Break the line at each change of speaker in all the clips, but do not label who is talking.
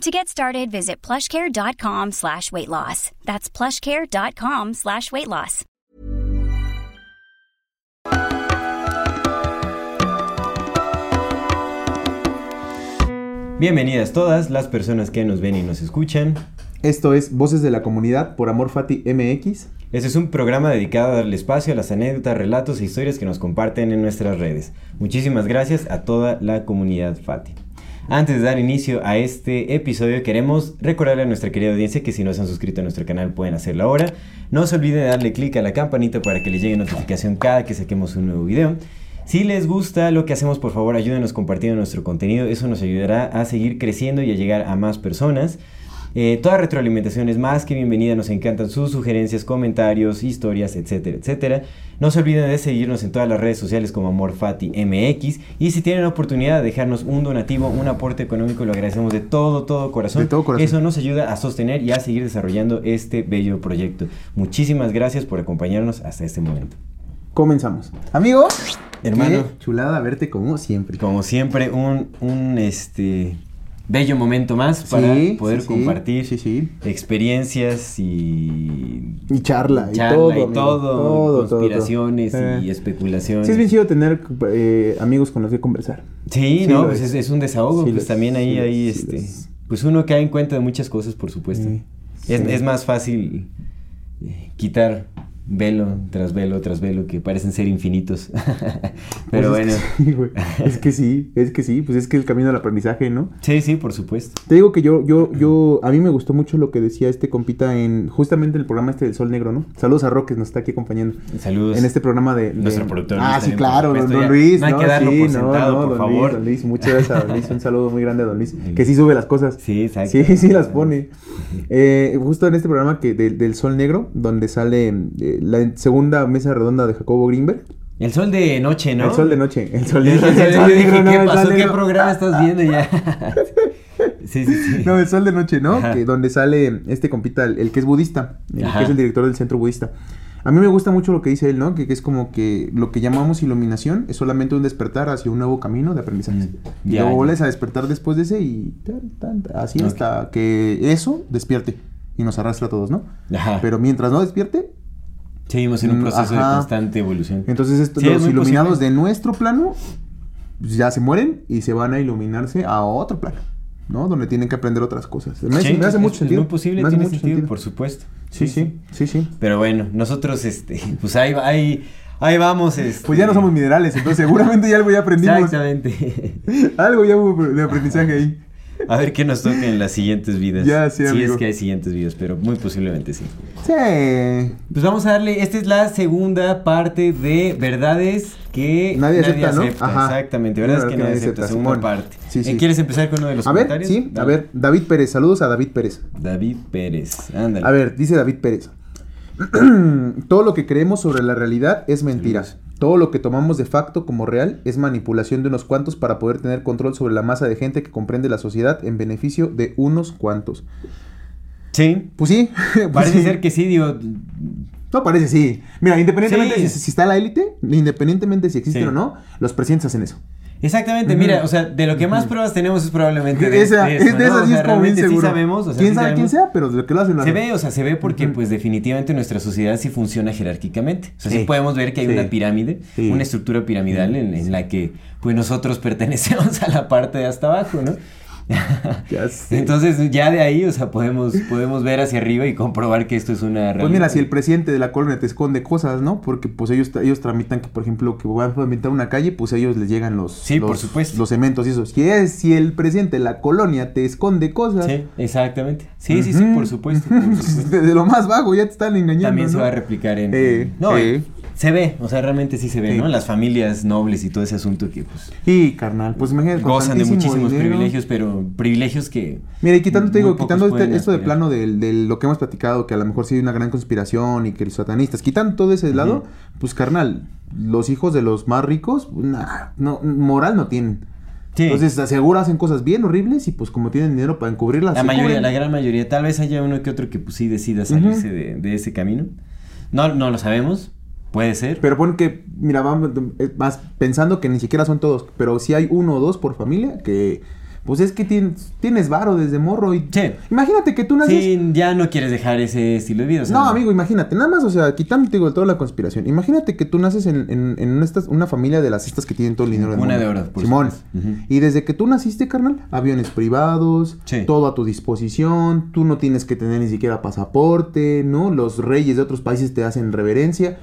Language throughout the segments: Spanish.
To get started, visit plushcare.com slash weight loss. That's plushcare.com slash weight loss.
Bienvenidas todas las personas que nos ven y nos escuchan.
Esto es Voces de la Comunidad por Amor Fati MX.
Este es un programa dedicado a darle espacio a las anécdotas, relatos e historias que nos comparten en nuestras redes. Muchísimas gracias a toda la comunidad Fati. Antes de dar inicio a este episodio, queremos recordarle a nuestra querida audiencia que si no se han suscrito a nuestro canal pueden hacerlo ahora. No se olviden de darle clic a la campanita para que les llegue notificación cada que saquemos un nuevo video. Si les gusta lo que hacemos, por favor ayúdenos compartiendo nuestro contenido. Eso nos ayudará a seguir creciendo y a llegar a más personas. Eh, toda retroalimentación es más que bienvenida, nos encantan sus sugerencias, comentarios, historias, etcétera, etcétera. No se olviden de seguirnos en todas las redes sociales como AmorFatiMX y si tienen la oportunidad de dejarnos un donativo, un aporte económico, lo agradecemos de todo, todo corazón.
De todo corazón.
Eso nos ayuda a sostener y a seguir desarrollando este bello proyecto. Muchísimas gracias por acompañarnos hasta este momento.
Comenzamos. Amigo.
Hermano.
qué chulada verte como siempre.
Como siempre, un, un este, bello momento más para
Sí,
poder
sí, sí.
compartir
Sí, sí.
experiencias y
Y charla,
charla
y todo.
y
amigo.
todo,
todo, todo, todo.
conspiraciones y
Eh.
especulaciones.
Sí, es bien chido tener eh, amigos con los que conversar.
Sí,
Sí,
no,
lo
pues
es.
es, es un desahogo,
Sí,
pues
lo es,
también ahí,
sí,
ahí,
sí,
este,
lo es.
pues uno cae en cuenta de muchas cosas, por supuesto.
Sí,
Es,
sí.
es más fácil eh, quitar velo tras velo tras velo que parecen ser infinitos. Pero
Pues
bueno,
es que sí, güey. es que sí, es que sí, pues es que el camino al aprendizaje, ¿no?
sí, sí, por supuesto.
Te digo que yo, yo, yo, a mí me gustó mucho lo que decía este compita en justamente el programa este del Sol Negro, ¿no? Saludos a Roque, nos está aquí acompañando.
Saludos.
En este programa de... de-
Nuestro productor Luis
Ah, sí,
también,
claro,
por
don,
supuesto,
don
ya.
Luis.
No hay que darlo
sí,
por sentado, por
don
favor.
Luis, don Luis, muchas gracias a don Luis. Un saludo muy grande a don Luis, que sí sube las cosas.
Sí, exacto.
Sí, sí las pone. Eh, justo en este programa que del, del Sol Negro, donde sale eh, la segunda mesa redonda de Jacobo Greenberg.
El sol de noche, ¿no?
El Sol de Noche. El Sol
Yo
de
dije,
Noche. el
yo
Sol
dije,
Negro, no,
¿qué
el Sol
pasó? ¿Qué
Negro.
programa estás viendo ya? sí, sí, sí.
No, el sol de noche, ¿no?
Ajá.
Que donde sale este compita, el, el que es budista, el
Ajá.
que es el director del centro budista. A mí me gusta mucho lo que dice él, ¿no? Que, que es como que lo que llamamos iluminación es solamente un despertar hacia un nuevo camino de aprendizaje.
Mm,
Y
ya,
luego
ya.
vuelves a despertar después de ese y tan, tan, tan, así
Ok.
hasta que eso despierte y nos arrastra a todos, ¿no?
Ajá.
Pero mientras no despierte,
Seguimos en un
Mm,
proceso de
ajá.
constante evolución.
entonces esto-
Sí, es
los
muy
iluminados
posible.
de nuestro plano pues, ya se mueren y se van a iluminarse a otro plano, ¿no? Donde tienen que aprender otras cosas. Me, hace-
Sí,
me hace
es-
mucho
es
sentido.
muy posible,
me hace
tiene
mucho
sentido, por supuesto.
Sí, sí, sí, sí.
Pero bueno, nosotros, este, pues ahí, va- ahí, ahí vamos. Este,
Pues ya no somos minerales, entonces seguramente ya algo ya aprendimos.
Exactamente.
Algo ya hubo de aprendizaje ahí.
A ver qué nos toca en las siguientes vidas.
Ya
Si
sé,
es
amigo.
que hay siguientes vidas, pero muy posiblemente sí.
Sí.
Pues vamos a darle, esta es la segunda parte de verdades que
Nadie acepta, ¿no? Ajá.
Exactamente, verdades
Verdad
que nadie acepta, segunda
Simón.
parte.
Sí,
Eh,
sí.
¿Quieres empezar con uno de los
A ver,
comentarios?
sí, a
Dale.
ver, David Pérez, saludos a David Pérez.
David Pérez, ándale.
A ver, dice David Pérez. Todo lo que creemos sobre la realidad es mentira. Todo lo que tomamos de facto como real es manipulación de unos cuantos para poder tener control sobre la masa de gente que comprende la sociedad en beneficio de unos cuantos.
Sí,
Pues sí. pues
parece
sí.
ser que sí, digo,
No parece, sí. Mira, independientemente
Sí.
de si, si está la élite, independientemente si existen
Sí.
o no, los presidentes hacen eso.
Exactamente,
Ujú.
mira, o sea, de lo que más pruebas tenemos es probablemente de,
Esa-
de
es-
eso, ¿no?
de esas
O
sí
sea,
es como bien
realmente sí
seguro.
sabemos, o sea, sí
¿Quién sabe quién
sabemos.
sea? Pero de que lo hacen lo
Se
hacen.
ve, o sea, se ve porque
Ujú.
pues definitivamente nuestra sociedad sí funciona jerárquicamente. O sea, sí,
Sí.
podemos ver que hay
Sí.
una pirámide,
Sí.
una estructura piramidal en, en la que pues nosotros pertenecemos a la parte de hasta abajo, ¿no?
Ya sé.
Entonces ya de ahí, o sea, podemos, podemos ver hacia arriba y comprobar que esto es una realidad.
Pues mira, si el presidente de la colonia te esconde cosas, ¿no? Porque pues ellos, ellos tramitan que, por ejemplo, que van a tramitar una calle, pues a ellos les llegan los,
Sí, por
los-
supuesto.
los cementos y eso. Si es, si el presidente de la colonia te esconde cosas,
Sí, exactamente. Sí, sí, sí,
Ujú.
por supuesto. por supuesto.
desde lo más bajo ya te están engañando.
También se
¿no?
va a replicar en...
Eh,
no,
eh.
Se ve, o sea, realmente sí se ve,
Sí.
¿no? Las familias nobles y todo ese asunto que pues
Y carnal, pues imagínate. con
gozan de
tantísimo
muchísimos
dinero.
privilegios, pero privilegios que
Mira, y quitando, te
Muy
digo,
pocos
quitando este-
pueden
esto de
aspirar.
plano del- de, lo que hemos platicado, que a lo mejor sí hay una gran conspiración y que los satanistas, quitando todo ese lado, pues carnal, los hijos de los más ricos, nah, no, moral no tienen.
Sí.
Entonces, seguro hacen cosas bien horribles y pues como tienen dinero para encubrirlas.
la
se
mayoría,
cubren.
la gran mayoría, tal vez haya uno que otro que pues sí decida salirse de, de ese camino. No, no lo sabemos, puede ser.
Pero pon que, mira, vamos, eh, más pensando que ni siquiera son todos, pero si hay uno o dos por familia que, pues es que tienes, tienes varo desde morro y...
Sí.
Imagínate que tú naces...
sí, ya no quieres dejar ese estilo de vida. o sea,
No, amigo, imagínate, nada más, o sea, quitando digo, toda la conspiración. Imagínate que tú naces en, en- en una, estas- una familia de las estas que tienen todo el dinero del
Una
mundo.
de oro, por
Simón.
supuesto. Ujú.
Y desde que tú naciste, carnal, aviones privados,
Sí.
todo a tu disposición, tú no tienes que tener ni siquiera pasaporte, ¿no? Los reyes de otros países te hacen reverencia.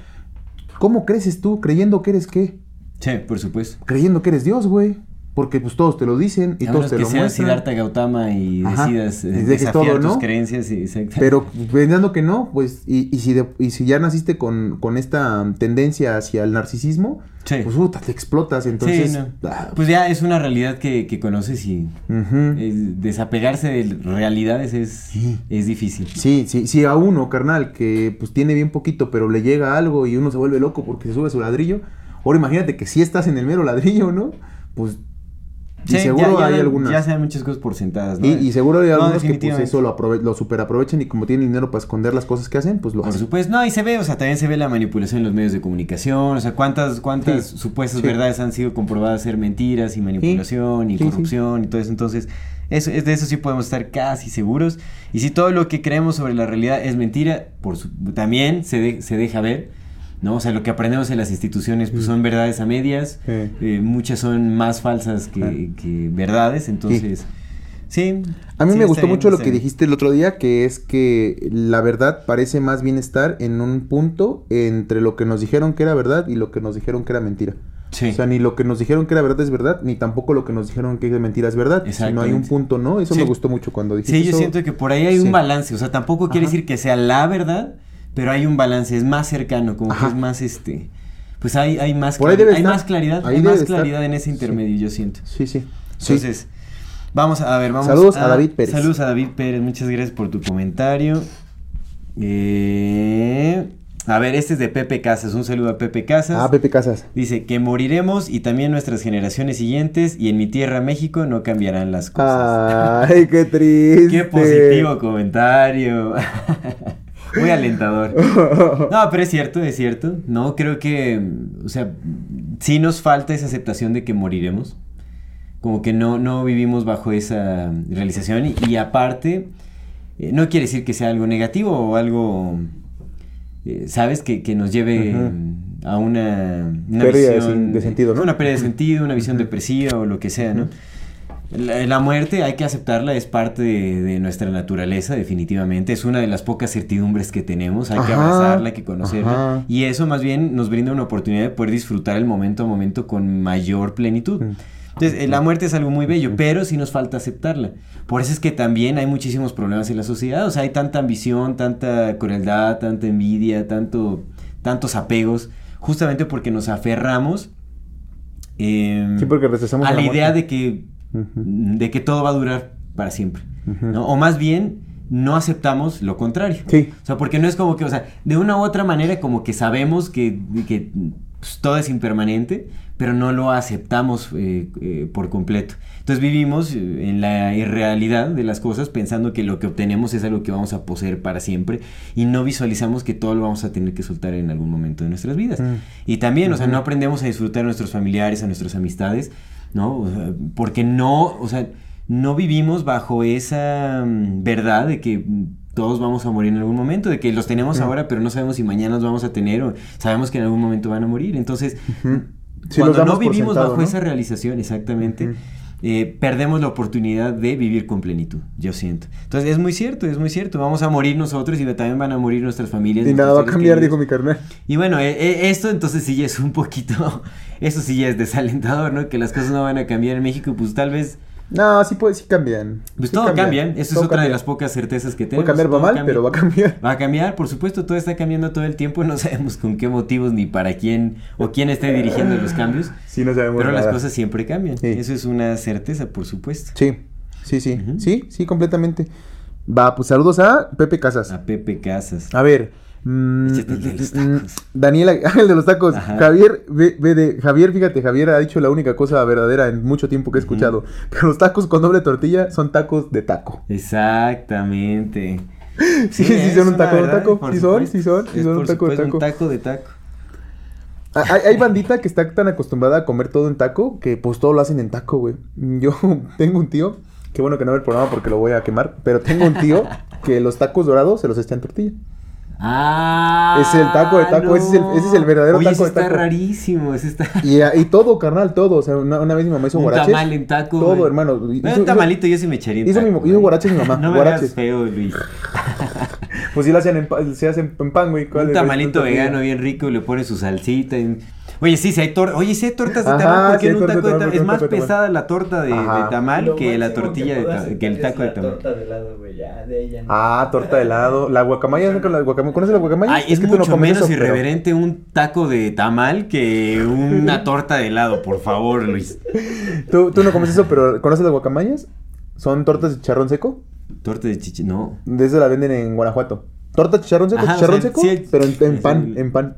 ¿Cómo creces tú creyendo que eres qué?
Sí, por supuesto.
Creyendo que eres Dios, güey. Porque pues todos te lo dicen y
a menos
todos te
que
lo
seas
muestran.
Siddhartha Gautama y
Ajá.
decidas eh,
Y dejes
desafiar
todo,
tus
¿no?
creencias. Y, exacto.
Pero pensando que no, pues, y, y si, de- y si ya naciste con, con esta mm, tendencia hacia el narcisismo,
Sí.
pues puta, te explotas. Entonces,
Sí, no.
ah,
Pues ya es una realidad que, que conoces y
ujú.
eh, desapegarse de realidades es,
Sí.
es difícil.
sí, sí, sí, a uno, carnal, que pues tiene bien poquito, pero le llega algo y uno se vuelve loco porque se sube a su ladrillo. Ahora imagínate que si estás en el mero ladrillo, ¿no? Pues, y
Sí, ya-
seguro
ya
hay
dan-
algunas.
Ya se dan muchas cosas por sentadas, ¿no?
y, y seguro hay
No,
algunos que pues
definitivamente.
eso lo, aprove- lo superaprovechan y como tienen dinero para esconder las cosas que hacen, pues lo
Por
hacen.
supuesto, no, y se ve, o sea, también se ve la manipulación en los medios de comunicación, o sea, cuántas, cuántas
Sí,
supuestas
sí.
verdades han sido comprobadas ser mentiras y manipulación y
sí, sí.
corrupción y todo eso, entonces, eso, es de eso sí podemos estar casi seguros, y si todo lo que creemos sobre la realidad es mentira, por su- también se, de- se deja ver, ¿no? O sea, lo que aprendemos en las instituciones pues, son verdades a medias,
Mm. Sí.
eh, muchas son más falsas que,
Claro.
que verdades, entonces, sí.
A mí
sí,
me
está
gustó
bien,
mucho lo
está
que
bien.
dijiste el otro día, que es que la verdad parece más bien estar en un punto entre lo que nos dijeron que era verdad y lo que nos dijeron que era mentira.
Sí.
O sea, ni lo que nos dijeron que era verdad es verdad, ni tampoco lo que nos dijeron que es mentira es verdad. Si no hay un
Exactamente.
punto, ¿no? Eso
Sí.
me gustó mucho cuando dijiste
Sí, yo
eso.
siento que por ahí hay
Sí.
un balance. O sea, tampoco quiere
Ajá.
decir que sea la verdad, pero hay un balance. Es más cercano, como
Ajá.
que es más este. Pues hay, hay más
Por ahí
clari-
debe
hay
estar.
más claridad,
Ahí
hay
debe
más
estar.
claridad en ese
Sí.
intermedio, yo siento.
Sí, sí. Sí.
Entonces, vamos a a ver, vamos
Saludos a David Pérez.
Saludos a David Pérez, muchas gracias por tu comentario. Eh, a ver, este es de Pepe Casas, un saludo a Pepe Casas.
ah, Pepe Casas.
Dice que moriremos y también nuestras generaciones siguientes y en mi tierra México no cambiarán las cosas.
Ay, qué triste.
Qué positivo comentario. Muy alentador. No, pero es cierto, es cierto. No, creo que, o sea, sí nos falta esa aceptación de que moriremos. Como que no, no vivimos bajo esa realización. Y, y aparte, eh, no quiere decir que sea algo negativo o algo, eh, ¿sabes? Que, que nos lleve
Ujú.
mm, a una, una
Pérdida de sin- de sentido, ¿no?
Una pérdida de sentido, una visión depresiva o lo que sea, ¿no? La, la muerte hay que aceptarla, es parte de, de nuestra naturaleza, definitivamente. Es una de las pocas certidumbres que tenemos. Hay que
Ajá,
abrazarla, hay que conocerla.
ajá.
Y eso más bien nos brinda una oportunidad de poder disfrutar el momento a momento con mayor plenitud.
Mm.
Entonces, eh, la muerte es algo muy bello, pero sí nos falta aceptarla. Por eso es que también hay muchísimos problemas en la sociedad. O sea, hay tanta ambición, tanta crueldad, tanta envidia, tanto, tantos apegos, justamente porque nos aferramos. em,
Sí, porque rechazamos
a la idea
muerte.
de que
Ujú.
de que todo va a durar para siempre.
Ujú.
¿no? O más bien, no aceptamos lo contrario.
Sí.
O sea, porque no es como que, o sea, de una u otra manera como que sabemos que, que, pues, todo es impermanente, pero no lo aceptamos eh, eh, por completo. Entonces vivimos eh, en la irrealidad de las cosas pensando que lo que obtenemos es algo que vamos a poseer para siempre y no visualizamos que todo lo vamos a tener que soltar en algún momento de nuestras vidas.
Mm.
Y también, o sea, no aprendemos a disfrutar a nuestros familiares, a nuestras amistades, ¿no? O sea, porque no, o sea, no vivimos bajo esa mm, verdad de que mm, todos vamos a morir en algún momento, de que los tenemos ahora, pero no sabemos si mañana los vamos a tener o sabemos que en algún momento van a morir. Entonces,
Ujú. Sí, los
cuando
damos
no
por
vivimos
sentado,
bajo
¿no?
esa realización, exactamente,
Ujú.
eh, perdemos la oportunidad de vivir con plenitud, yo siento. Entonces, es muy cierto, es muy cierto. Vamos a morir nosotros y también van a morir nuestras familias.
Y nada
nuestros
va a
seres
cambiar,
queridos.
dijo mi carnal.
Y bueno, e- e- esto entonces sí ya es un poquito, eso sí ya es desalentador, ¿no? Que las cosas no van a cambiar en México, pues tal vez
No, sí, puede, sí cambian.
Pues
Sí
todo cambia, eso
todo
es otra de
cambia.
las pocas certezas que
Va a
tenemos.
cambiar va
todo
mal,
cambia.
pero va a cambiar.
Va a cambiar, por supuesto, todo está cambiando todo el tiempo, no sabemos con qué motivos ni para quién o quién esté dirigiendo los cambios,
Sí, no sabemos
pero las
nada.
cosas siempre cambian.
Sí.
Eso es una certeza, por supuesto.
Sí, sí, sí.
Ujú.
Sí, sí, completamente. Va, pues saludos a Pepe Casas.
A Pepe Casas.
A ver. mm,
Échate Ah. Este el de los
mm,
tacos.
Daniela, el de los tacos.
Ajá.
Javier, ve, ve de- Javier, fíjate, Javier ha dicho la única cosa verdadera en mucho tiempo que he escuchado. Pero los tacos con doble tortilla son tacos de taco.
Exactamente.
Sí, sí,
¿eh?
son
Es
un
una
taco de
verdad,
taco.
por
Sí son,
supuesto.
sí son, sí
Es
son un
por
taco de
supuesto
taco.
un taco de taco.
Ah, Hay, hay bandita que está tan acostumbrada a comer todo en taco que pues todo lo hacen en taco, güey. Yo tengo un tío, que bueno que no ve el programa porque lo voy a quemar, pero tengo un tío que los tacos dorados se los echa en tortilla.
Ah,
Es el taco de taco, ese es el- ese es el verdadero
Oye, ese
taco de
está
taco.
rarísimo, ese está...
Y, ah, y todo, carnal, todo. O sea, una, una vez mi mamá hizo
Un
guaraches.
tamal en taco.
Todo,
güey.
hermano.
No,
Hizo-
un tamalito yo sí me echaría. en
hizo mi-
taco,
hizo
güey.
guaraches mi mamá,
No me
guaraches.
hagas feo, Luis.
Pues sí, lo hacen en, pa- se hacen en pan, güey. ¿cuál
Un
es?
tamalito vegano bien rico y le pone su salsita. y- Oye, sí, si hay tor- Oye, sí hay tortas de
Ajá,
tamal, ¿por
sí
qué
hay
no un
tortas de
taco de tamal?
tamal, ¿por qué
Es
no
más
un taco de
pesada la torta de, de
Ajá.
tamal
Lo
que la
máximo
tortilla de
puedo
ta- que el
aceptar
taco de
es la
tamal.
torta de helado, güey, ya, de ella.
Ah, torta de helado. La guacamaya, ¿con la guacamaya? ¿conoces la guacamaya?
Ay, es,
que tú no
mucho
comes
menos
eso, pero-
irreverente un taco de tamal que una torta de helado, por favor, Luis.
Tú, tú no comes eso, pero ¿conoces las guacamayas? Son tortas de chicharrón seco.
Torta de chichi, no.
De esas la venden en Guanajuato. Torta de chicharrón seco,
Ajá, o
chicharrón
sea,
seco,
sí hay-
pero en, en
sí,
pan,
sí.
en pan,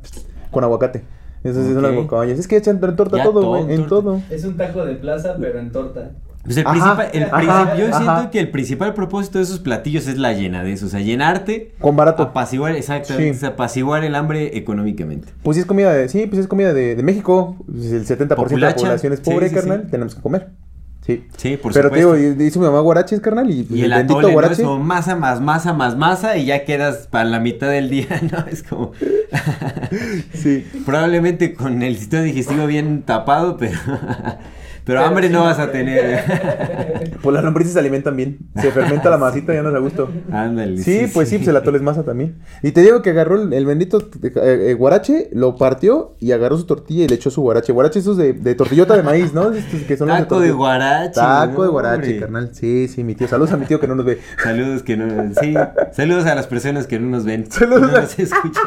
con aguacate. Esas sí son las
Ok.
guacamayas. Es que echan en torta
Ya
todo,
todo,
güey,
torta.
en todo.
Es un taco de plaza, pero en torta.
Pues el
Ajá,
principal, el
ajá,
principio- yo
ajá.
siento que el principal propósito de esos platillos es la llenadez, o sea, llenarte,
Con barato.
apaciguar, exactamente,
Sí.
es apaciguar el hambre económicamente.
Pues sí es comida de, sí, pues es comida de, de México. Pues el 70% de la
Populacha.
población es
Sí,
pobre,
sí,
carnal.
sí.
Tenemos que comer. Sí.
Sí, por
Pero te
supuesto.
digo, hizo mi mamá guaraches, carnal, y, pues,
y el
bendito
atole, ¿no?
guarache.
Es como masa más masa más masa y ya quedas para la mitad del día, ¿no? Es como
Sí.
probablemente con el sistema digestivo bien tapado, pero pero hambre no vas a tener.
Pues las lombrices se alimentan bien. Se fermenta la masita y andas a gusto.
Ándale.
Sí, pues sí, pues el atole es masa también. Y te digo que agarró el, el bendito eh, eh, guarache, lo partió y agarró su tortilla y le echó su guarache. Guarache esos de, de tortillota de maíz, ¿no? Estos que son los
Taco de
tortilla.
guarache.
Taco
hombre.
de guarache, carnal. Sí, sí, mi tío. Saludos a mi tío que no nos ve.
Saludos que no, sí, saludos a las personas que no nos ven, que
Saludos a-
no nos escuchan.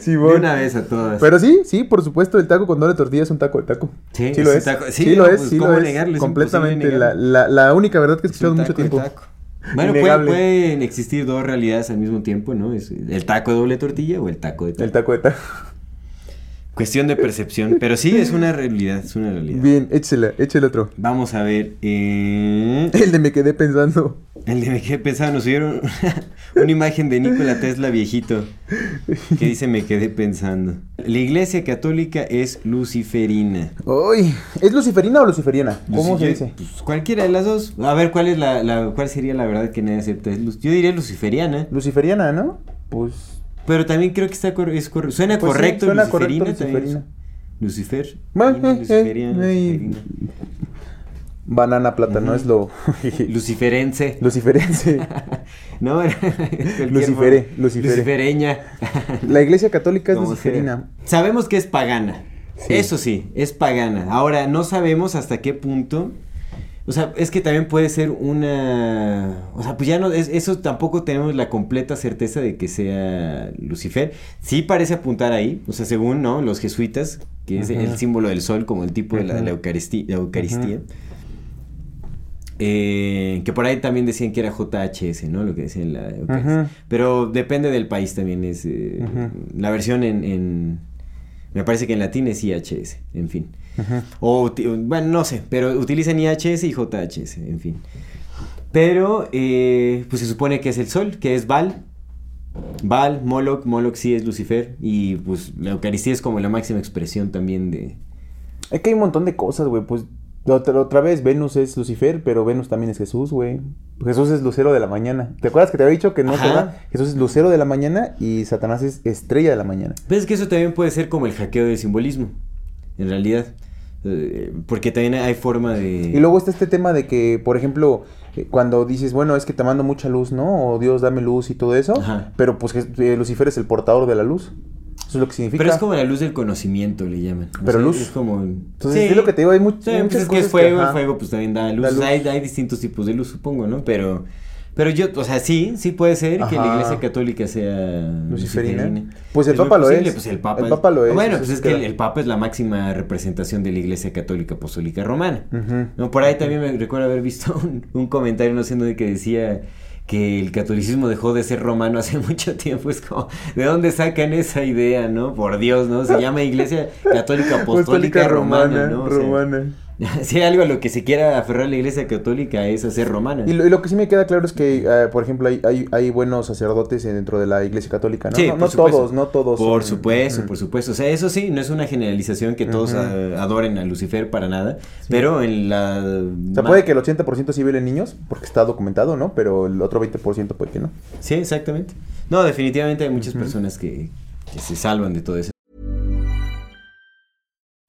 Sí,
De
bueno.
una vez a todas.
Pero sí, sí, por supuesto, el taco con doble tortilla es un taco de taco.
Sí,
lo
es un
es.
taco.
Sí,
Sí,
lo
no,
es,
pues,
sí lo
¿cómo
es.
negarlo? Es
completamente.
imposible
La,
negarlo.
la, la única verdad que he
Es un
escuchado mucho
taco de
tiempo.
taco. Bueno, puede-
Innegable.
pueden existir dos realidades al mismo tiempo, ¿no? Es el taco de doble tortilla o el taco de taco.
El taco de taco.
Cuestión de percepción, pero sí es una realidad, es una realidad.
Bien, échela, échela otro.
Vamos a ver. eh,
El de me quedé pensando.
el de me quedé pensando, nos subieron una imagen de Nikola Tesla viejito que dice me quedé pensando. La iglesia católica es luciferina.
Uy, ¿es luciferina o luciferiana? ¿Cómo se
Lucifer-
dice?
pues, cualquiera de las dos. A ver, ¿cuál es la, la- cuál sería la verdad que nadie acepta? Es lu- Yo diría luciferiana, ¿eh?
Luciferiana, ¿no? Pues.
pero también creo que está cor- es corre- suena
Pues sí,
correcto
suena
luciferina.
correcto
también.
luciferina.
Lucifer.
Bueno,
Ina,
eh, eh,
luciferiana,
eh.
luciferina.
Banana plata, ¿no? Es lo.
Luciferense.
Luciferense.
No, era cualquier
Lucifere,
forma.
lucifere.
Lucifereña.
La iglesia católica es
Como
luciferina.
sea. Sabemos que es pagana.
Sí.
Eso sí, es pagana. Ahora, no sabemos hasta qué punto. O sea, es que también puede ser una. O sea, pues ya no. es- eso tampoco tenemos la completa certeza de que sea Lucifer. Sí parece apuntar ahí. O sea, según, ¿no? Los jesuitas, que es
Ajá.
el símbolo del sol, como el tipo de la, de la Eucaristía. la Eucaristía. Eh, que por ahí también decían que era JHS, ¿no? Lo que decían la Eucaristía.
Ujú.
Pero depende del país también. Es, eh,
Ujú.
La versión en, en- Me parece que en latín es IHS, en fin.
Ajá.
O, uti- bueno, no sé, pero utilizan IHS y JHS, en fin. Pero, eh, pues se supone que es el sol, que es Baal. Baal, Moloch, Moloch sí es Lucifer. Y pues la Eucaristía es como la máxima expresión también de.
Es que hay un montón de cosas, güey. Pues otra, otra vez, Venus es Lucifer, pero Venus también es Jesús, güey. Jesús es lucero de la mañana. ¿Te acuerdas que te había dicho que no
Ajá.
se va? Jesús es lucero de la mañana y Satanás es estrella de la mañana.
Pues es que eso también puede ser como el hackeo del simbolismo, en realidad. Eh, porque también hay forma de.
Y luego está este tema de que, por ejemplo, eh, cuando dices, bueno, es que te mando mucha luz, ¿no? O Dios, dame luz y todo eso.
Ajá.
Pero pues Jes- eh, Lucifer es el portador de la luz. Eso es lo que significa.
Pero es como la luz del conocimiento, le llaman. O
Pero luz.
Es como.
Entonces, es lo que te digo, hay much-
Sí, pues
hay muchas
es que es
cosas que,
fuego, el
ajá.
fuego pues también da luz.
Da luz.
Hay, hay distintos tipos de luz, supongo, ¿no? Pero, pero yo, o sea, sí, sí puede ser que la
Ajá.
iglesia católica sea
Luciferina.
luciferina.
Pues el
muy
Papa lo
posible,
es.
Pues el Papa,
El Papa lo es,
Bueno,
eso
pues
sí
es que el,
queda.
el Papa es la máxima representación de la iglesia católica apostólica romana.
Ujú.
No, por ahí también me recuerdo haber visto un, un comentario, no sé en dónde, que decía que el catolicismo dejó de ser romano hace mucho tiempo. Es como, ¿de dónde sacan esa idea, no? Por Dios, ¿no? Se llama Iglesia Católica Apostólica Romana, ¿no? O sea,
romana.
si hay algo a lo que se quiera aferrar la iglesia católica es hacer romana.
Y lo, y lo que sí me queda claro es que, eh, por ejemplo, hay, hay, hay buenos sacerdotes dentro de la iglesia católica, ¿no?
Sí,
no
por
no
supuesto.
todos, no todos.
Por
son-
supuesto,
Ujú.
por supuesto. O sea, eso sí, no es una generalización que todos
Ujú.
eh, adoren a Lucifer para nada, pero en la...
O sea, puede que el 80% sí violen niños, porque está documentado, ¿no? Pero el otro 20% puede que no.
Sí, exactamente. No, definitivamente hay muchas personas que, que se salvan de todo eso.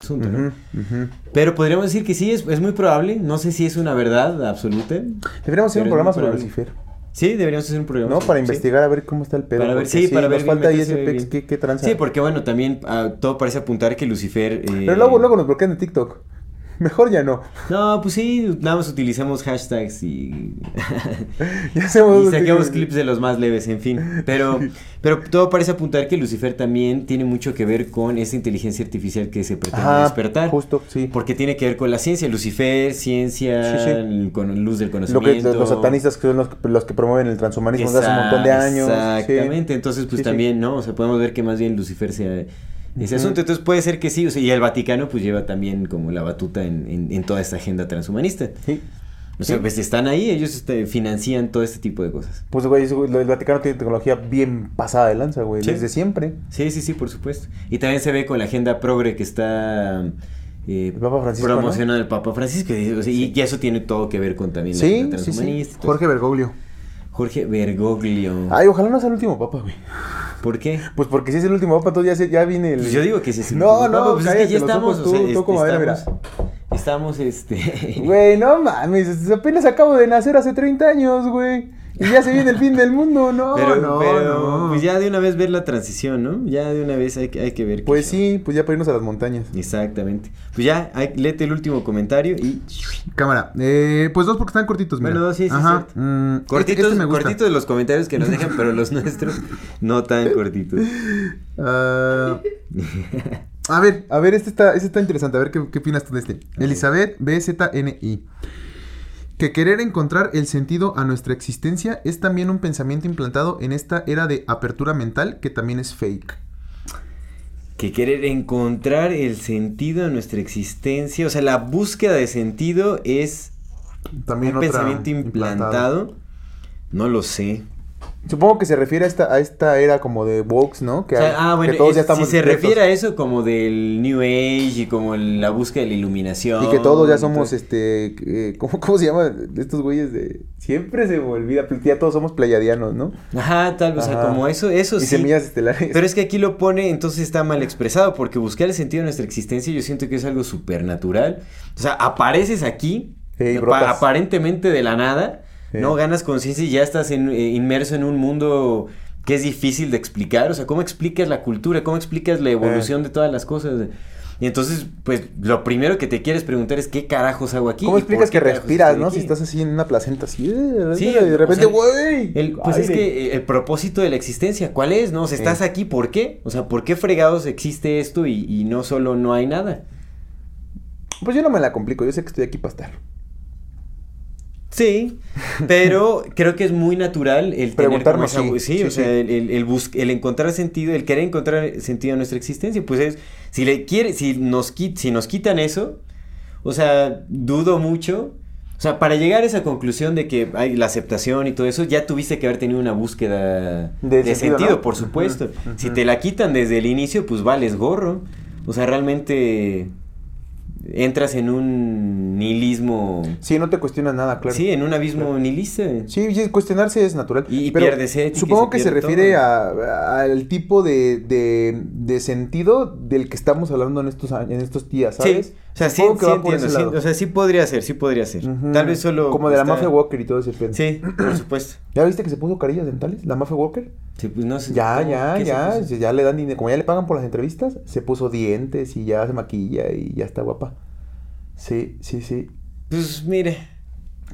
asunto, ¿no? Pero podríamos decir que sí, es, es muy probable. No sé si es una verdad absoluta.
Deberíamos hacer
Pero es muy
un programa sobre
probable.
Lucifer,
Sí, deberíamos hacer un programa.
¿no? Para
Sí.
investigar a ver cómo está el pedo.
Para ver,
porque
sí, para ver
Nos
bien,
falta ahí
me
ese
parece
pex,
bien.
¿qué, qué tranza.
Sí, porque bueno, también ah, todo parece apuntar que Lucifer... eh,
Pero luego, luego nos bloquean de TikTok. Mejor ya no.
No, pues sí, nada más utilizamos hashtags y,
Ya hacemos
y saquemos clips de los más leves, en fin. Pero, pero todo parece apuntar que Lucifer también tiene mucho que ver con esa inteligencia artificial que se pretende
Ajá,
despertar.
justo, sí.
Porque tiene que ver con la ciencia, Lucifer, ciencia,
Sí, sí.
el- con luz del
Lo que
conocimiento.
los, los satanistas que son los, que- los que promueven el transhumanismo desde hace un montón de años. sí.
Exactamente, entonces pues
Sí, sí.
también, ¿no? O sea, podemos ver que más bien Lucifer sea ese asunto, entonces puede ser que sí, o sea, y el Vaticano pues lleva también como la batuta en, en- en toda esta agenda transhumanista.
Sí.
O sea, pues están ahí, ellos este, financian todo este tipo de cosas.
Pues, güey, eso, lo- el Vaticano tiene tecnología bien pasada de lanza, güey.
Sí.
Desde siempre.
Sí, sí, sí, por supuesto. Y también se ve con la agenda progre que está eh,
El Papa Francisco, ¿no?
promocionando el Papa Francisco. y- o sea, y, y eso tiene todo que ver con también la
Sí,
agenda
sí, sí.
transhumanista.
Jorge Bergoglio.
Jorge Bergoglio.
Ay, ojalá no sea el último papa, güey.
¿Por qué?
Pues porque si es el último papa, entonces ya, se- ya viene el.
Pues yo digo que sí. es el
No,
último
no,
Papa, pues es que ya estamos. o sea,
tú,
este,
tú como, a ver, mira.
estamos, estamos, este.
Güey, no mames, apenas acabo de nacer hace 30 años, güey. Y ya se viene el fin del mundo, no,
pero,
no,
pero,
no.
pues ya de una vez ver la transición, ¿no? Ya de una vez hay, que- hay que ver. qué
Pues
show.
sí, pues ya para irnos a las montañas.
Exactamente. Pues ya, hay- léete el último comentario y.
Cámara, eh, pues dos porque están cortitos, mira.
Bueno, dos, sí, sí,
Ajá.
cierto.
Mm, este-
Cortitos,
este me gusta.
cortitos los comentarios que nos dejan, pero los nuestros no tan cortitos.
Ah, a ver, a ver, este está, este está interesante. A ver qué, qué opinas tú de este. Elizabeth BZNI. Que querer encontrar el sentido a nuestra existencia es también un pensamiento implantado en esta era de apertura mental que también es fake.
Que querer encontrar el sentido a nuestra existencia, o sea, la búsqueda de sentido es
También
un
otra
pensamiento implantado. No lo sé.
Supongo que se refiere a esta, a esta era como de Vox, ¿no? Que,
O sea,
hay-
ah,
que
bueno,
todos
es-
ya estamos
si se
despiertos.
refiere a eso como del New Age y como el- la búsqueda de la iluminación.
Y que todos ya
y
somos,
todo.
este, eh, ¿cómo, ¿cómo se llama? De Estos güeyes de... Siempre se me olvida, pero ya todos somos playadianos, ¿no?
Ajá, tal, o sea,
Ajá.
como eso, eso
y
sí.
semillas estelares.
Pero es que aquí lo pone, entonces está mal expresado, porque buscar el sentido de nuestra existencia yo siento que es algo supernatural. O sea, apareces aquí,
Sí,
apa-
brotas.
aparentemente de la nada,
Sí.
no ganas conciencia y ya estás en- eh, inmerso en un mundo
Eh.
que es difícil de explicar. O sea, ¿cómo explicas la cultura? ¿Cómo explicas la evolución de todas las cosas? Y entonces, pues, lo primero que te quieres preguntar es ¿qué carajos hago aquí?
¿Cómo
¿Y por
explicas
qué
que
carajos
respiras,
estoy
no?
aquí?
Si estás así en una placenta, así. eh,
Sí,
de
o
repente,
sea,
güey.
El- pues es
aire.
que eh, el propósito de la existencia, ¿cuál es? No, o sea, estás aquí, ¿por qué? O sea, ¿por qué fregados existe esto y, y no solo no hay nada?
Pues yo no me la complico, yo sé que estoy aquí para estar.
Sí, pero creo que es muy natural el tener como
Preguntarnos,
esa-
sí,
sí,
sí,
o sea,
sí.
el, el- el bus- el encontrar sentido, el querer encontrar sentido a nuestra existencia, pues es si le quiere, si nos qui- si nos quitan eso, o sea, dudo mucho. O sea, para llegar a esa conclusión de que hay la aceptación y todo eso, ya tuviste que haber tenido una búsqueda
De
de,
sentido,
sentido,
¿no?
por supuesto. Si te la quitan desde el inicio, pues vales gorro. O sea, realmente entras en un nihilismo.
Sí, no te cuestionas nada, claro.
Sí, en un abismo nihilista.
Sí, y cuestionarse es natural.
Y pierdes ética y
Supongo
se
que se
pierde
refiere
todo.
a- al tipo de, de- de sentido del que estamos hablando en estos, a- en estos días, ¿sabes?
Sí, o sea, sí,
Supongo
sí entiendo. sí,
lado.
o sea, sí podría ser, sí podría ser.
Ujú.
Tal vez solo.
Como de la
está-
Mafia Walker y todo ese pedo.
Sí, por supuesto.
¿Ya viste que se puso carillas dentales? ¿La Mafia Walker?
Sí, pues no sé.
Ya,
¿cómo?
ya,
¿Qué se
ya.
puso?
Ya le dan dinero. Como ya le pagan por las entrevistas, se puso dientes y ya se maquilla y ya está guapa. Sí, sí, sí.
Pues mire.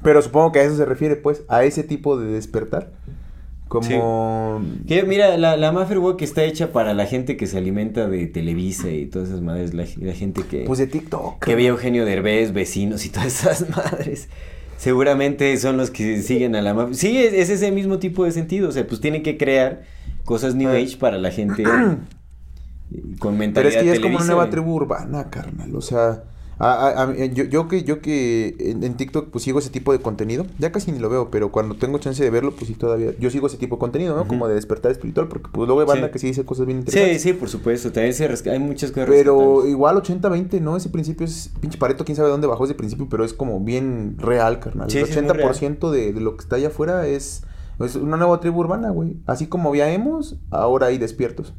Pero supongo que a eso se refiere, pues, a ese tipo de despertar. Como.
Que, mira, la, la Mafia Walk está hecha para la gente que se alimenta de Televisa y todas esas madres. La, la gente que.
Pues de TikTok.
que ve a Eugenio Derbez, vecinos y todas esas madres. Seguramente son los que siguen a la mafia. Sí, es, es ese mismo tipo de sentido. O sea, pues tienen que crear cosas New Age para la gente eh, con mentalidad
Pero es que ya es como
televisa,
una nueva
güey.
tribu urbana, carnal. O sea, a- a- a- yo, yo que, yo que en, en TikTok pues sigo ese tipo de contenido. Ya casi ni lo veo, pero cuando tengo chance de verlo, pues sí todavía. Yo sigo ese tipo de contenido, ¿no? Como de despertar espiritual, porque pues luego hay banda
Sí.
que sí dice cosas bien interesantes.
Sí, sí, por supuesto. También se resca- hay muchas cosas
Pero
rescatables.
igual 80-20, ¿no? Ese principio es pinche pareto, quién sabe dónde bajó ese principio, pero es como bien real, carnal.
Sí,
el
sí, es muy
80% de, de lo que está allá afuera es, es una nueva tribu urbana, güey. Así como ya hemos, ahora hay despiertos.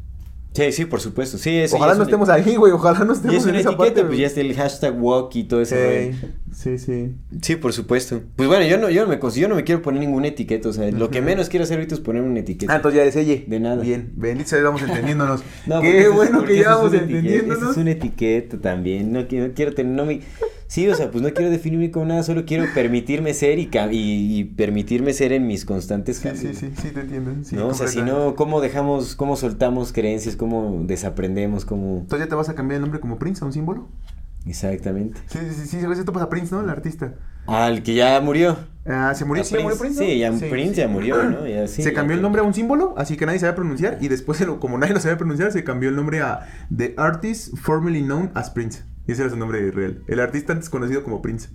Sí, sí, por supuesto. Sí, eso ya
ojalá
es
no
una-
estemos ahí, güey. Ojalá no
Ya
estemos
es
en
una
esa
etiqueta,
parte.
pues ya está el hashtag walk y todo ese rollo.
Ey, Sí, sí.
Sí, por supuesto. Pues bueno, yo no, yo no me cons- yo no me quiero poner ninguna etiqueta. O sea, lo que menos quiero hacer ahorita es ponerme una etiqueta.
Ah, entonces ya eres ella.
De nada.
Bien, bendito sea, vamos entendiéndonos.
No, porque
Qué
eso es-
bueno
porque
que ya
eso es
vamos
una etiqueta, eso
entendiéndonos.
Es una etiqueta también. No quiero, no quiero tener. No me, sí, o sea, pues no quiero definirme como nada, solo quiero permitirme ser y, ca- y, y permitirme ser en mis constantes
Sí,
cambios.
sí, sí, sí, te entienden. Sí,
¿no? O sea, si
completamente.
no, ¿cómo dejamos, cómo soltamos creencias, cómo desaprendemos, cómo.
Entonces ya te vas a cambiar el nombre como Prince a un símbolo.
Exactamente.
Sí, sí, sí, sí, güey, esto pasa a Prince, ¿no? El artista.
Al que ya murió.
Ah, se murió,
A
sí, murió
Prince.
Prince. ¿no?
Sí, ya Prince ya murió, ¿no? Ya sí,
se
ya
cambió el
que-
nombre a un símbolo, así que nadie sabía pronunciar. Y después, se lo- como nadie lo sabía pronunciar, se cambió el nombre a The Artist Formerly Known as Prince. Y ese era su nombre real. El artista antes conocido como Prince.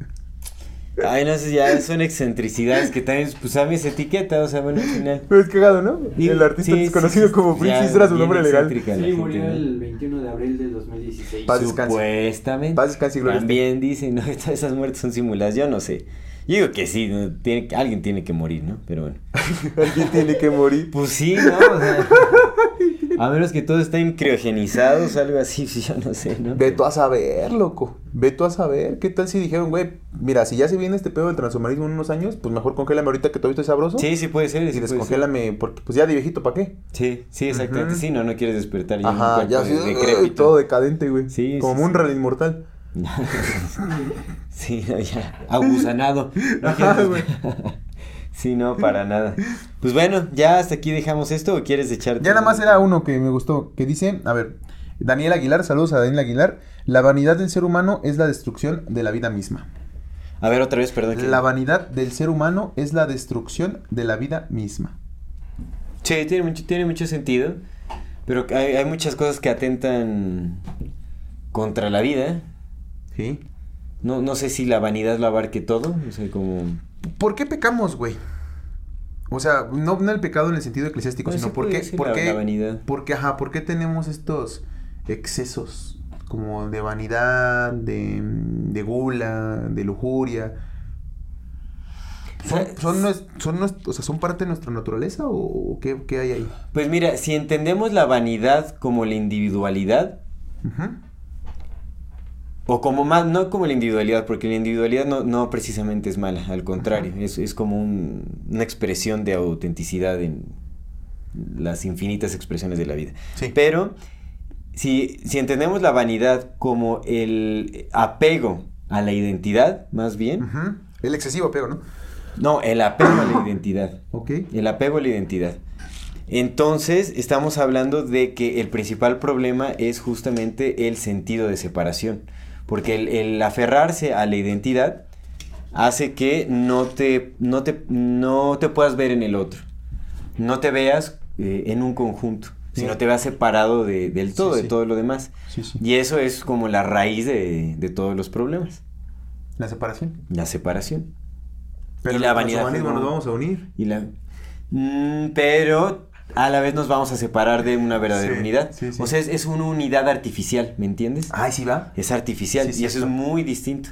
Ay, no sé, ya son excentricidades que también, pues a mí es etiqueta, o sea, bueno, al final.
Pero es cagado, ¿no?
Y-
el artista
sí,
antes
sí,
conocido
sí,
como
ya
Prince, ese era su
bien
nombre legal.
excéntrica la
Sí,
gente,
murió
¿no?
el 21 de abril del 2016.
Paz descanse.
Supuestamente.
Paz descanse, Gloria
También dicen, no, todas esas muertes son simuladas. Yo no sé. Yo digo que sí, ¿no? Tiene que- alguien tiene que morir, ¿no? Pero bueno.
Alguien tiene que morir.
Pues sí, ¿no? O sea, a menos que todos estén criogenizados, algo así, sí, yo no sé, ¿no?
Ve tú a saber, loco. Ve tú a saber. ¿Qué tal si dijeron, güey, mira, si ya se viene este pedo del transhumanismo en unos años, pues mejor congélame ahorita que todavía estoy sabroso.
Sí, sí puede ser.
Y
Sí, puede ser.
descongélame, porque pues ya de viejito, ¿para qué?
sí, sí, exactamente.
Ujú.
Sí, no, no quieres despertar ya en un
Ajá,
cuerpo
ya
de-
así, ¡ay!
decrépito.
todo decadente, güey.
Sí,
Como
sí,
un
sí.
real inmortal.
sí, no, ya, agusanado. No quieres
Ajá, güey.
despertar. Sí, no, para nada. Pues bueno, ya hasta aquí dejamos esto o quieres echarte.
Ya nada más era uno que me gustó, que dice, a ver, Daniel Aguilar, saludos a Daniel Aguilar. La vanidad del ser humano es la destrucción de la vida misma.
A ver, otra vez, perdón. que-
La vanidad del ser humano es la destrucción de la vida misma.
Sí, tiene mucho, tiene mucho sentido. Pero hay, hay muchas cosas que atentan contra la vida.
¿Sí?
No, no sé si la vanidad lo abarque todo. O sea, como.
¿Por qué pecamos, güey? O sea, no, no el pecado en el sentido eclesiástico,
Bueno,
sino
Pues sí
por
puede
qué,
ser
por
la-
qué,
la vanidad.
por qué, ajá, por qué tenemos estos excesos como de vanidad, de, de gula, de lujuria. ¿Son,
Sa-
son, nues- son, nues- o sea, ¿son parte de nuestra naturaleza o qué, qué hay ahí?
Pues mira, si entendemos la vanidad como la individualidad,
Ujú.
o como más, no como la individualidad, porque la individualidad no, no precisamente es mala, al contrario, es, es como un- una expresión de autenticidad en las infinitas expresiones de la vida.
Sí.
Pero si, si entendemos la vanidad como el apego a la identidad, más bien,
Ujú. El excesivo apego, ¿no?
no, el apego a la identidad.
Ok.
El apego a la identidad. Entonces, estamos hablando de que el principal problema es justamente el sentido de separación. Porque el, el aferrarse a la identidad hace que no te, no te, no te puedas ver en el otro. No te veas eh, en un conjunto, sino te veas separado de- del todo,
Sí,
de
sí.
todo lo demás.
Sí, sí.
Y eso es como la raíz de, de todos los problemas,
La separación.
la separación.
Pero
Y la
con
vanidad
su humanismo
no-
nos vamos a unir.
Y la... Mm, pero a la vez nos vamos a separar de una verdadera
Sí,
unidad.
sí, sí.
O sea, es, es una unidad artificial, ¿me entiendes?
Ay, sí va.
Es artificial
Sí,
y eso es
cierto.
muy distinto.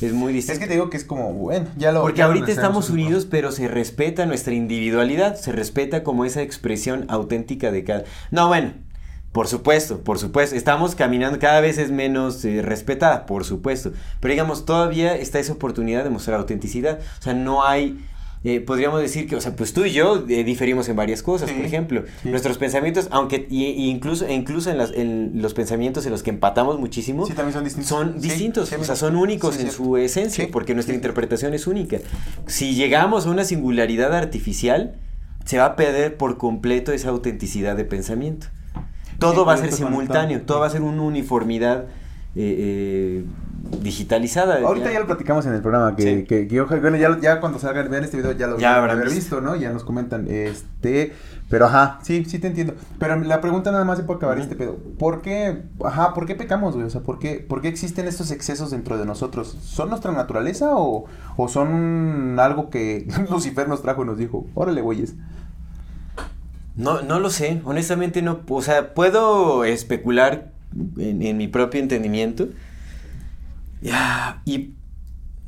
Es muy
Es
distinto.
que te digo que es como, bueno, ya lo.
Porque
ya lo
ahorita
analizaremos
estamos
en otro.
unidos, pero se respeta nuestra individualidad, se respeta como esa expresión auténtica de cada... No, bueno, por supuesto, por supuesto, estamos caminando, cada vez es menos eh, respetada, por supuesto, pero digamos, todavía está esa oportunidad de mostrar autenticidad, o sea, no hay... eh, podríamos decir que, o sea, pues tú y yo eh, diferimos en varias cosas,
Sí,
por ejemplo,
sí.
nuestros pensamientos, aunque y- y incluso, e incluso en, las- en los pensamientos en los que empatamos muchísimo,
Sí, también son distintos.
son
Sí,
distintos,
sí,
o sea, son únicos
sí,
en
cierto.
su esencia,
Sí,
porque nuestra
sí, sí.
interpretación es única. Si llegamos a una singularidad artificial, se va a perder por completo esa autenticidad de pensamiento. Todo
Sí,
va a
todo
ser
está
simultáneo,
conectado.
todo va a ser una uniformidad eh, eh, digitalizada.
Ahorita ya lo platicamos en el programa, que,
Sí.
que, que ojalá- bueno, ya, lo- ya cuando salgan, vean este video, ya lo
Ya
van a
habrán
haber
visto.
visto, ¿no? Ya nos comentan, este, pero ajá, sí, sí te entiendo. Pero la pregunta nada más es por acabar este pedo. ¿Por qué, ajá, por qué pecamos, güey? O sea, ¿por qué, por qué existen estos excesos dentro de nosotros? ¿Son nuestra naturaleza o, o son algo que Lucifer nos trajo y nos dijo, órale, güeyes?
No, no lo sé, honestamente no. O sea, puedo especular en, en mi propio entendimiento. Ya, Y,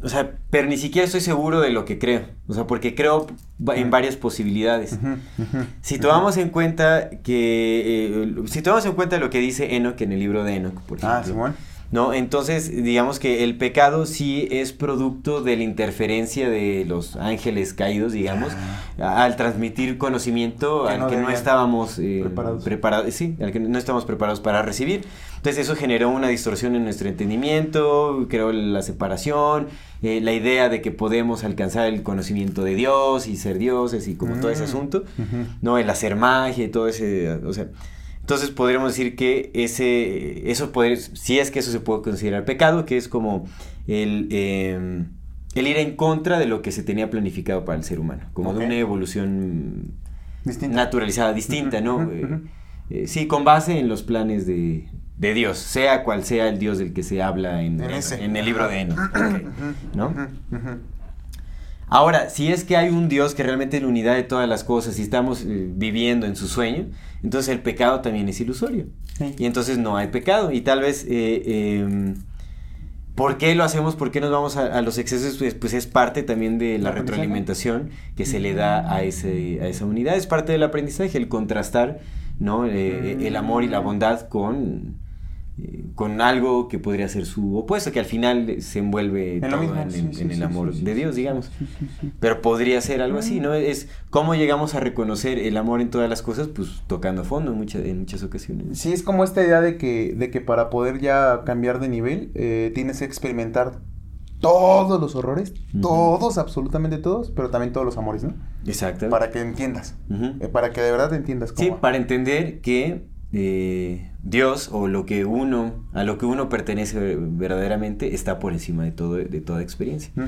o sea, pero ni siquiera estoy seguro de lo que creo. O sea, porque creo va- en varias posibilidades.
Ujú, ujú.
Si tomamos en cuenta que, eh, si tomamos en cuenta lo que dice Enoch en el libro de Enoch, por ejemplo.
Ah, Simón.
¿no? Entonces, digamos que el pecado sí es producto de la interferencia de los ángeles caídos, digamos, a- al transmitir conocimiento
Ah. Que
al
no
que no
debían.
estábamos eh,
Preparados.
prepara- sí, al que no estábamos preparados para recibir. Entonces, eso generó una distorsión en nuestro entendimiento, creó la separación, eh, la idea de que podemos alcanzar el conocimiento de Dios y ser dioses y como todo ese
Mm.
asunto.
Ujú.
¿no? El hacer magia y todo ese, o sea, entonces podríamos decir que ese, eso puede, si es que eso se puede considerar pecado, que es como el, eh, el ir en contra de lo que se tenía planificado para el ser humano, como
Ok.
de una evolución
Distinto.
naturalizada, distinta, ¿no?
ujú,
Eh,
ujú.
eh, sí, con base en los planes de, de Dios, sea cual sea el Dios del que se habla en,
En ese.
en el libro de Enoch, ok, ¿no?
Ujú, ujú.
Ahora, si es que hay un Dios que realmente es la unidad de todas las cosas y estamos eh, viviendo en su sueño, entonces el pecado también es ilusorio.
Sí.
Y entonces no hay pecado. Y tal vez, eh, eh, ¿por qué lo hacemos? ¿Por qué nos vamos a, a los excesos? Pues, pues es parte también de la
¿El aprendizaje?
retroalimentación que se le da a, ese, a esa unidad. Es parte del aprendizaje, el contrastar ¿no? Eh,
Mm.
el amor y la bondad con, eh, con algo que podría ser su opuesto, que al final se envuelve
En lo
todo
mismo,
en,
sí,
en-
sí,
en el
sí,
amor
sí, sí,
de
sí,
Dios, digamos.
Sí, sí, sí.
Pero podría ser algo así, ¿no? Es cómo llegamos a reconocer el amor en todas las cosas, pues tocando a fondo en, muchas en muchas ocasiones.
Sí, es como esta idea de que, de que para poder ya cambiar de nivel eh, tienes que experimentar todos los horrores,
Ujú.
todos, absolutamente todos, pero también todos los amores, ¿no?
Exactamente.
Para que entiendas,
Ujú.
eh, para que de verdad entiendas cómo
Sí,
va.
para entender que eh, Dios o lo que uno, a lo que uno pertenece eh, verdaderamente está por encima de todo, de toda experiencia.
Mm.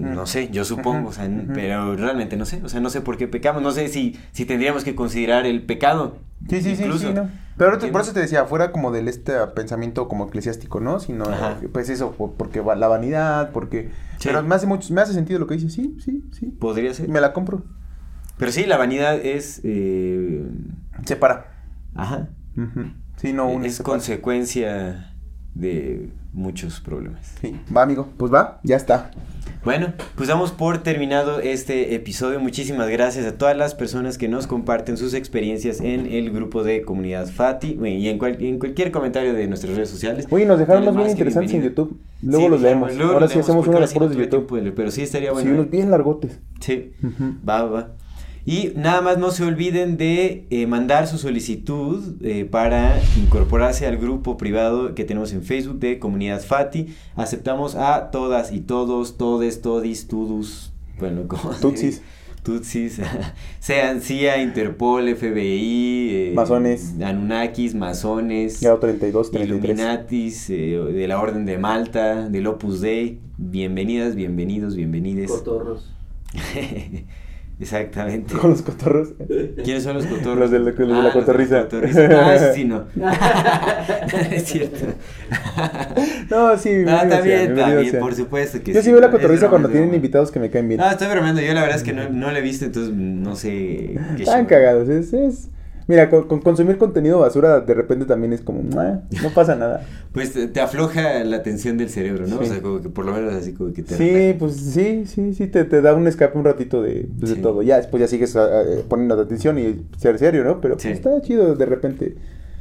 No, no sé, yo supongo, o sea, n-
Ujú.
pero realmente no sé, o sea, no sé por qué pecamos, no sé si, si tendríamos que considerar el pecado.
Sí, sí, sí,
incluso.
sí, no. Pero ahorita- por
¿Entiendes?
eso te decía, fuera como del este pensamiento como eclesiástico, ¿no? Sino,
Ajá.
eh, pues eso, por- porque va- la vanidad, porque...
Sí.
Pero me hace, mucho, me hace sentido lo que dices, sí, sí, sí.
Podría ser.
Me la compro.
Pero sí, la vanidad es... eh,
Separa.
ajá.
Ujú. Sí, no este une,
es
separa.
consecuencia de muchos problemas.
Sí. Va, amigo. Pues va, ya está.
Bueno, pues damos por terminado este episodio. Muchísimas gracias a todas las personas que nos comparten sus experiencias en el grupo de comunidad Fati bueno, y en, cual- en cualquier comentario de nuestras redes sociales.
Oye, nos dejaron
Dale
unos bien
que
interesantes en
bienvenido.
YouTube. Luego
Sí,
los
dejamos,
leemos.
luego
Ahora
los
sí
leemos,
hacemos
porque
unos
ahora sí no
puros de
tuve
YouTube.
tiempo de leer, pero sí estaría
Sí,
bueno.
unos bien largotes.
Sí.
Ujú.
Va, va. Y nada más no se olviden de eh, mandar su solicitud eh, para incorporarse al grupo privado que tenemos en Facebook de Comunidad Fati. Aceptamos a todas y todos, todes, todis, tudus, bueno, como...
Tutsis.
Tutsis, sean CIA, Interpol, FBI, eh,
Masones.
Anunnakis, masones,
Grado 32, 33.
Illuminatis, eh, de la Orden de Malta, del Opus Dei. Bienvenidas, bienvenidos, bienvenides.
Cotorros.
Exactamente.
Con los cotorros.
¿Quiénes son los cotorros?
Los de la- los de la
Ah,
cotorriza.
Los de la cotorriza. Ah, eso sí, no. es cierto.
No, sí,
no,
bienvenidos sean,
también,
bienvenidos
también,
sean.
por supuesto que
Yo
sí.
sí veo la
Es
cotorriza
broma,
cuando
es
tienen
broma. Ah,
invitados que me caen bien.
No, estoy bromeando. Yo la verdad es que no, no la he visto, entonces no sé qué
Están
show.
cagados, es, es... Mira, con, con consumir contenido basura de repente también es como, "Mua, no pasa nada.
Pues te, te afloja la tensión del cerebro, ¿no? O
Sí.
sea, como que por lo menos así como que te
Sí, pues sí, sí, sí, te, te da un escape un ratito de, pues, de
Sí.
todo. Ya después ya sigues ah, ah, poniendo atención y ser serio, ¿no? Pero pues,
Sí.
está chido de repente.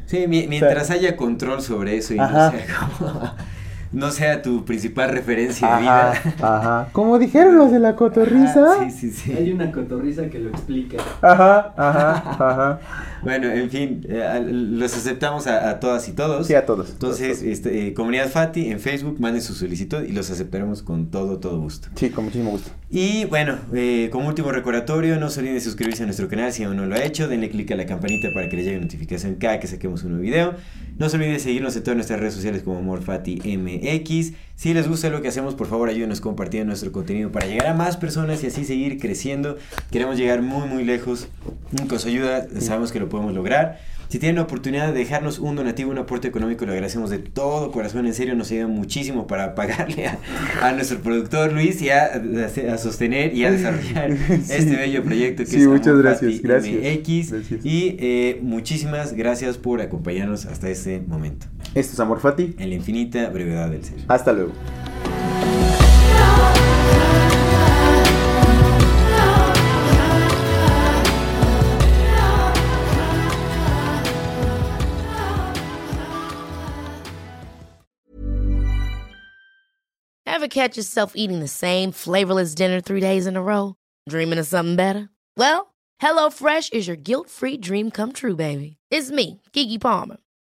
Sí, mi- mientras haya control sobre eso y
Ajá.
no sea como- no sea tu principal referencia de
Ajá,
vida.
ajá. Como dijeron los de la cotorriza.
Ah, sí, sí, sí.
Hay una cotorriza que lo explica.
Ajá, ajá, ajá.
Bueno, en fin, eh, al- los aceptamos a, a todas y todos.
Sí, a todos.
Entonces, este, eh, Comunidad Fati en Facebook, manden su solicitud y los aceptaremos con todo, todo gusto.
Sí, con muchísimo gusto.
Y bueno, eh, como último recordatorio, no se olviden de suscribirse a nuestro canal si aún no lo ha hecho. Denle click a la campanita para que les llegue notificación cada que saquemos un nuevo video. No se olviden de seguirnos en todas nuestras redes sociales como MorfatiMX. Si les gusta lo que hacemos, por favor ayúdenos compartiendo nuestro contenido para llegar a más personas y así seguir creciendo. Queremos llegar muy, muy lejos. Con su ayuda sabemos que lo podemos lograr. Si tienen la oportunidad de dejarnos un donativo, un aporte económico, lo agradecemos de todo corazón. En serio, nos ayuda muchísimo para pagarle a, a nuestro productor Luis y a, a- a sostener y a desarrollar este bello proyecto que
Sí,
es
muchas
Amor
gracias,
Fati
gracias,
MX.
gracias.
Y eh, muchísimas gracias por acompañarnos hasta este momento,
Esto es Amor Fati.
en la infinita brevedad del ser.
Hasta luego.
Ever catch yourself eating the same flavorless dinner three days in a row? Dreaming of something better? Well, HelloFresh is your guilt free dream come true, baby. It's me, Gigi Palmer.